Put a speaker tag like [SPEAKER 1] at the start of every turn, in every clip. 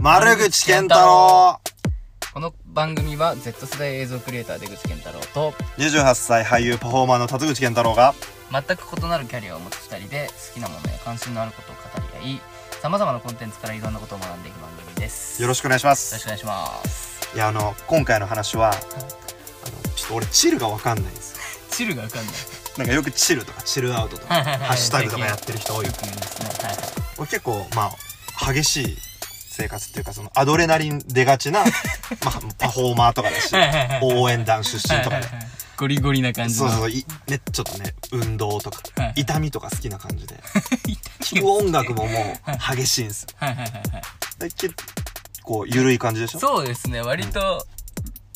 [SPEAKER 1] 丸口健太郎
[SPEAKER 2] この番組は Z 世代映像クリエイター出口健太郎と
[SPEAKER 1] !28 歳俳優パフォーマーの辰口健太郎が
[SPEAKER 2] 全く異なるキャリアを持つ2人で好きなものや関心のあることを語り合いさまざまなコンテンツからいろんなことを学んでいく番組です
[SPEAKER 1] よろ
[SPEAKER 2] し
[SPEAKER 1] しくお願いしま
[SPEAKER 2] よろしくお
[SPEAKER 1] す
[SPEAKER 2] 願いします
[SPEAKER 1] いや、あの、今回の話は、あのちょっと俺チルがわかんないんですよ。
[SPEAKER 2] チルが浮かんない
[SPEAKER 1] なんかよくチルとかチルアウトとか、
[SPEAKER 2] はいはいはい
[SPEAKER 1] ハッシュタグとかやってる人多い
[SPEAKER 2] よ。く言うんですねはい
[SPEAKER 1] 俺結構、まあ、激しい生活っていうか、そのアドレナリン出がち な、まあ、パフォーマーとかだし
[SPEAKER 2] はいはい はい、
[SPEAKER 1] 応援団出身とかで。
[SPEAKER 2] ゴリゴリな感じ
[SPEAKER 1] そ
[SPEAKER 2] の
[SPEAKER 1] うそうそういねちょっとね運動とか、
[SPEAKER 2] はい
[SPEAKER 1] 痛みとか好きな感じで
[SPEAKER 2] 痛みが好き
[SPEAKER 1] 音楽ももう激しいんですよ
[SPEAKER 2] はいはいはいはい
[SPEAKER 1] で結構緩い感じでしょ
[SPEAKER 2] そうですね割と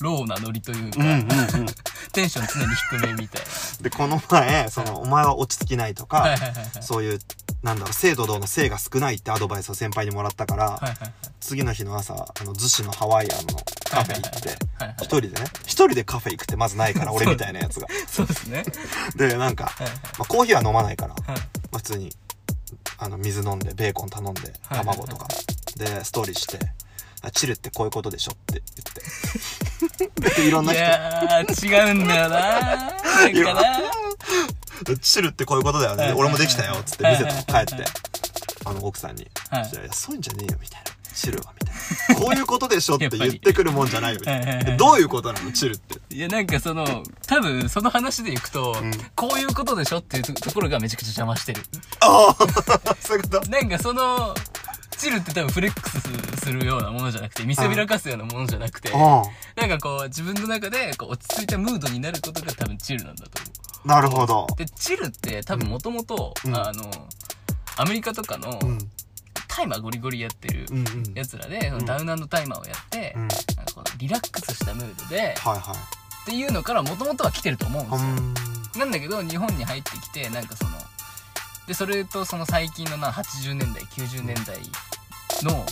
[SPEAKER 2] ローなノリというか、
[SPEAKER 1] うんうんうん
[SPEAKER 2] テンション常に低めみたい
[SPEAKER 1] でこの前そのお前は落ち着きないとか、
[SPEAKER 2] なはいはいはいはい
[SPEAKER 1] そういうなんだろう生と同の性が少ないってアドバイスを先輩にもらったから、
[SPEAKER 2] はいはい
[SPEAKER 1] 次の日の朝あの逗子のハワイアンのカフェ行って、
[SPEAKER 2] はいはい
[SPEAKER 1] 一人でね一人でカフェ行くってまずないから俺みたいなやつが
[SPEAKER 2] そうですね
[SPEAKER 1] でなんか、
[SPEAKER 2] はい
[SPEAKER 1] まあ、コーヒーは飲まないから、
[SPEAKER 2] はい
[SPEAKER 1] まあ、普通にあの水飲んでベーコン頼んで
[SPEAKER 2] はい
[SPEAKER 1] 卵とか、でストーリーしてあ「チルってこういうことでしょ」って言って でいろんない人
[SPEAKER 2] やー違うんだよなーなんかなー
[SPEAKER 1] 「チルってこういうことだよ
[SPEAKER 2] は
[SPEAKER 1] ね
[SPEAKER 2] い
[SPEAKER 1] 俺もできたよ」っつって
[SPEAKER 2] はい
[SPEAKER 1] 見せて帰
[SPEAKER 2] はい
[SPEAKER 1] ってあの奥さんに「
[SPEAKER 2] はい
[SPEAKER 1] いやいやそういうんじゃねえよ」みたいな「チルは」みたい な「こういうことでしょ」って言ってくるもんじゃないよみたい
[SPEAKER 2] はい
[SPEAKER 1] な
[SPEAKER 2] は
[SPEAKER 1] い
[SPEAKER 2] はい
[SPEAKER 1] でどういうことなのチルって
[SPEAKER 2] いやなんかその多分その話でいくと、こういうことでしょっていうとところがめちゃくちゃ邪魔してる
[SPEAKER 1] ああ そういうこと
[SPEAKER 2] なんかそのチルって多分フレックスするようなものじゃなくて見せびらかすようなものじゃなくて
[SPEAKER 1] あ
[SPEAKER 2] なんかこう自分の中でこう落ち着いたムードになることが多分チルなんだと思
[SPEAKER 1] あなるほど
[SPEAKER 2] うでチルって多分もともと
[SPEAKER 1] うん
[SPEAKER 2] あのアメリカとかの
[SPEAKER 1] うん
[SPEAKER 2] タイマーゴリゴリやってる
[SPEAKER 1] うんうん
[SPEAKER 2] やつらでそのダウンタイマーをやって、
[SPEAKER 1] うん
[SPEAKER 2] なんかこうリラックスしたムードで
[SPEAKER 1] はいはい
[SPEAKER 2] っていうのからもともとは来てると思うんで
[SPEAKER 1] う
[SPEAKER 2] す
[SPEAKER 1] ん
[SPEAKER 2] よ、なんだけど日本に入ってきてなんかそのでそれとその最近のな80年代90年代の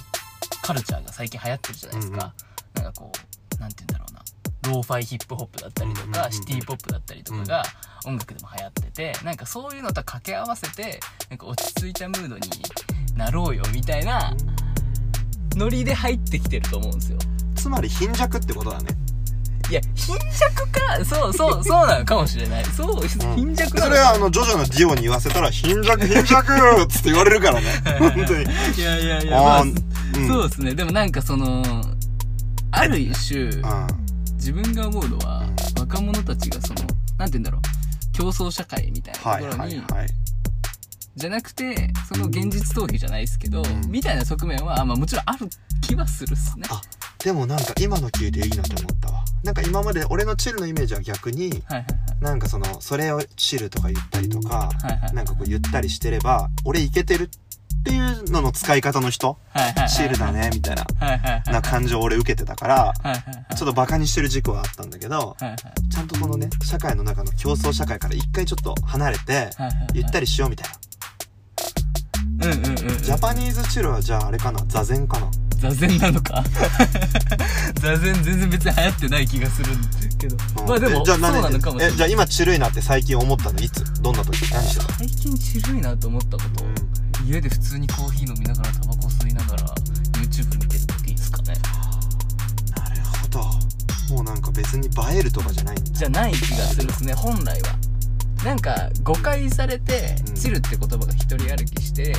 [SPEAKER 2] カルチャーが最近流行ってるじゃないですか、なんかこうなんて言うんだろうなローファイヒップホップだったりと
[SPEAKER 1] うんうんうん
[SPEAKER 2] か、
[SPEAKER 1] うん
[SPEAKER 2] シティポップだったりとかが音楽でも流行ってて、なんかそういうのと掛け合わせてなんか落ち着いたムードになろうよみたいなノリで入ってきてると思うんですよ
[SPEAKER 1] つまり貧弱ってことだね
[SPEAKER 2] いや貧弱かそうそうそうなのかもしれないそう貧弱な
[SPEAKER 1] そ
[SPEAKER 2] の
[SPEAKER 1] れはあのジョジョのディオに言わせたら「貧弱貧 弱」っつって言われるからね本当に
[SPEAKER 2] いやいやいや、ま
[SPEAKER 1] あ
[SPEAKER 2] あ、
[SPEAKER 1] ーうん
[SPEAKER 2] そうですね。でもなんかその、ある一種、
[SPEAKER 1] う
[SPEAKER 2] 自分が思うのは、若者たちがその、なんて言うんだろう、競争社会みたい
[SPEAKER 1] んはい
[SPEAKER 2] なとこ
[SPEAKER 1] は
[SPEAKER 2] ろ
[SPEAKER 1] い
[SPEAKER 2] に、
[SPEAKER 1] はい
[SPEAKER 2] じゃなくて、その現実逃避じゃないですけど、
[SPEAKER 1] ん
[SPEAKER 2] みたいな側面は、まあもちろんある気はするっすね。
[SPEAKER 1] あでもなんか今の聞いていいなと思ったわなんか今まで俺のチルのイメージは逆に
[SPEAKER 2] はいはい
[SPEAKER 1] なんかそのそれをチルとか言ったりとか、
[SPEAKER 2] はいはい
[SPEAKER 1] なんかこう言ったりしてれば俺イケてるっていうのの使い方の人
[SPEAKER 2] はい。はいはいはい。
[SPEAKER 1] チルだねみたいな
[SPEAKER 2] はいはいはい。
[SPEAKER 1] な感じを俺受けてたから
[SPEAKER 2] はいはいはい。
[SPEAKER 1] ちょっとバカにしてる軸はあったんだけど
[SPEAKER 2] はいはい
[SPEAKER 1] ちゃんとこのね社会の中の競争社会から一回ちょっと離れて
[SPEAKER 2] はいはいはい
[SPEAKER 1] ゆったりしようみたいな
[SPEAKER 2] うんうんうんうん。
[SPEAKER 1] ジャパニーズチルはじゃああれかな座禅かな
[SPEAKER 2] 座禅なのか 座禅全然別に流行ってない気がするんですけど、
[SPEAKER 1] うん
[SPEAKER 2] まあでも
[SPEAKER 1] え
[SPEAKER 2] そ
[SPEAKER 1] じゃ
[SPEAKER 2] うなのかもしれ
[SPEAKER 1] え
[SPEAKER 2] な
[SPEAKER 1] じゃ
[SPEAKER 2] い
[SPEAKER 1] あ今チルいなって最近思ったのいつどんな時何してた
[SPEAKER 2] 最近チルいなと思ったこと、家で普通にコーヒー飲みながらタバコ吸いながら YouTube 見てる時ですかね
[SPEAKER 1] なるほどもうなんか別に映えるとかじゃないんだ
[SPEAKER 2] じゃない気がするですね本来はなんか誤解されて、
[SPEAKER 1] うん
[SPEAKER 2] チルって言葉が一人歩きして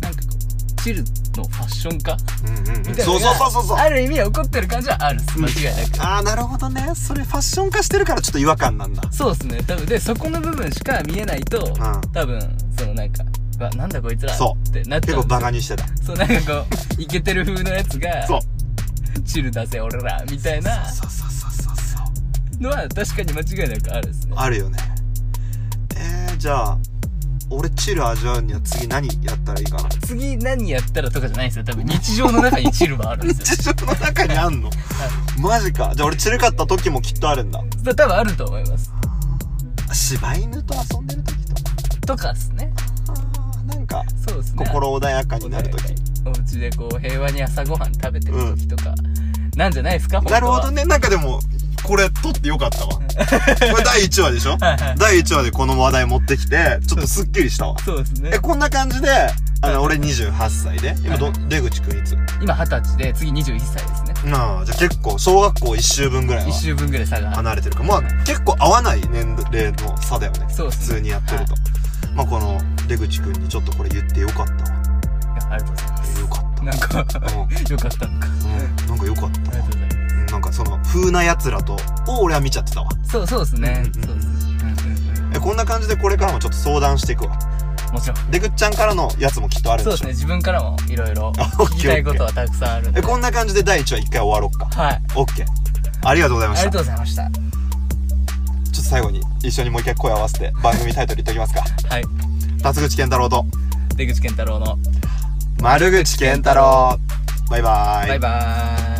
[SPEAKER 2] なんかこうチルのファッション化
[SPEAKER 1] うんうんうん
[SPEAKER 2] みたいな
[SPEAKER 1] そうそう
[SPEAKER 2] のが
[SPEAKER 1] そうそうそう
[SPEAKER 2] ある意味起こってる感じはあるっす間違いなく、
[SPEAKER 1] ああなるほどねそれファッション化してるからちょっと違和感なんだ
[SPEAKER 2] そうですね多分でそこの部分しか見えないと、
[SPEAKER 1] ん
[SPEAKER 2] 多分そのなんか「うわなんだこいつら」
[SPEAKER 1] そ
[SPEAKER 2] ってなっち
[SPEAKER 1] 結
[SPEAKER 2] ゃう
[SPEAKER 1] 構バカにしてた
[SPEAKER 2] そうなんかこうイケてる風のやつが
[SPEAKER 1] そう
[SPEAKER 2] 「チルだぜ俺ら」みたいな
[SPEAKER 1] そうそうそうそうそう
[SPEAKER 2] のは確かに間違いなくあるですね
[SPEAKER 1] あるよねえー、じゃあ俺チル味わうには次何やったらいいかな
[SPEAKER 2] 次何やったらとかじゃないですよ多分日常の中にチルはある んですよ
[SPEAKER 1] 日常の中にあんのマジかじゃあ俺散らかった時もきっとあるんだ
[SPEAKER 2] 多分あると思います
[SPEAKER 1] 柴犬と遊んでる時とか
[SPEAKER 2] とかですね
[SPEAKER 1] あーなんか
[SPEAKER 2] そうですね
[SPEAKER 1] 心穏やかに
[SPEAKER 2] 穏
[SPEAKER 1] な
[SPEAKER 2] や
[SPEAKER 1] る
[SPEAKER 2] か
[SPEAKER 1] 時
[SPEAKER 2] にお家でこう平和に朝ごはん食べてる時とか、なんじゃないですか
[SPEAKER 1] なるほど
[SPEAKER 2] ね
[SPEAKER 1] ねなんかでもこれ撮ってよか ったわこれ第1話でしょ
[SPEAKER 2] はいはい
[SPEAKER 1] 第1話でこの話題持ってきてちょっとすっきりしたわ
[SPEAKER 2] そうですね
[SPEAKER 1] えこんな感じであの俺28歳で今ど、
[SPEAKER 2] は
[SPEAKER 1] 出口くんいつ
[SPEAKER 2] 今二十歳で次21歳ですね
[SPEAKER 1] なあじゃあ結構小学校1周分ぐらい
[SPEAKER 2] 1
[SPEAKER 1] は
[SPEAKER 2] 週分ぐらい差が
[SPEAKER 1] 離れてるかまあ結構合わない年齢の差だよね
[SPEAKER 2] そうで
[SPEAKER 1] 普
[SPEAKER 2] すね
[SPEAKER 1] 通にやってると、まあこの出口くんにちょっとこれ言ってよかったわ
[SPEAKER 2] いやありがとうございます
[SPEAKER 1] よかった
[SPEAKER 2] なんか
[SPEAKER 1] うん
[SPEAKER 2] よかったのか
[SPEAKER 1] うん、なんかよかっ
[SPEAKER 2] あり
[SPEAKER 1] た
[SPEAKER 2] が
[SPEAKER 1] わ
[SPEAKER 2] とうございま
[SPEAKER 1] うんなんかその風なやつらとを俺は見ちゃってたわ
[SPEAKER 2] すそうそうですね
[SPEAKER 1] うんうん
[SPEAKER 2] そうですねうんうん
[SPEAKER 1] えこんな感じでこれからもちょっと相談していくわ
[SPEAKER 2] うんもちろん
[SPEAKER 1] 出口ちゃんからのやつもきっとあるで
[SPEAKER 2] そうで
[SPEAKER 1] し
[SPEAKER 2] す
[SPEAKER 1] ょ
[SPEAKER 2] ね自分からもいろいろ
[SPEAKER 1] あオッケー
[SPEAKER 2] 聞きたいことはたくさんあるんで
[SPEAKER 1] えこんな感じで第1話一回終わろっか
[SPEAKER 2] はい
[SPEAKER 1] OK ありがとうございま
[SPEAKER 2] あ
[SPEAKER 1] し
[SPEAKER 2] り
[SPEAKER 1] たち
[SPEAKER 2] がと
[SPEAKER 1] ょ
[SPEAKER 2] うございました
[SPEAKER 1] っと最後に一緒にもう一回声合わせて番組タイトル言っておきますか
[SPEAKER 2] はい
[SPEAKER 1] 辰口健太郎と
[SPEAKER 2] 出口健太郎の
[SPEAKER 1] 丸口健太郎バイバイ
[SPEAKER 2] バイバーイ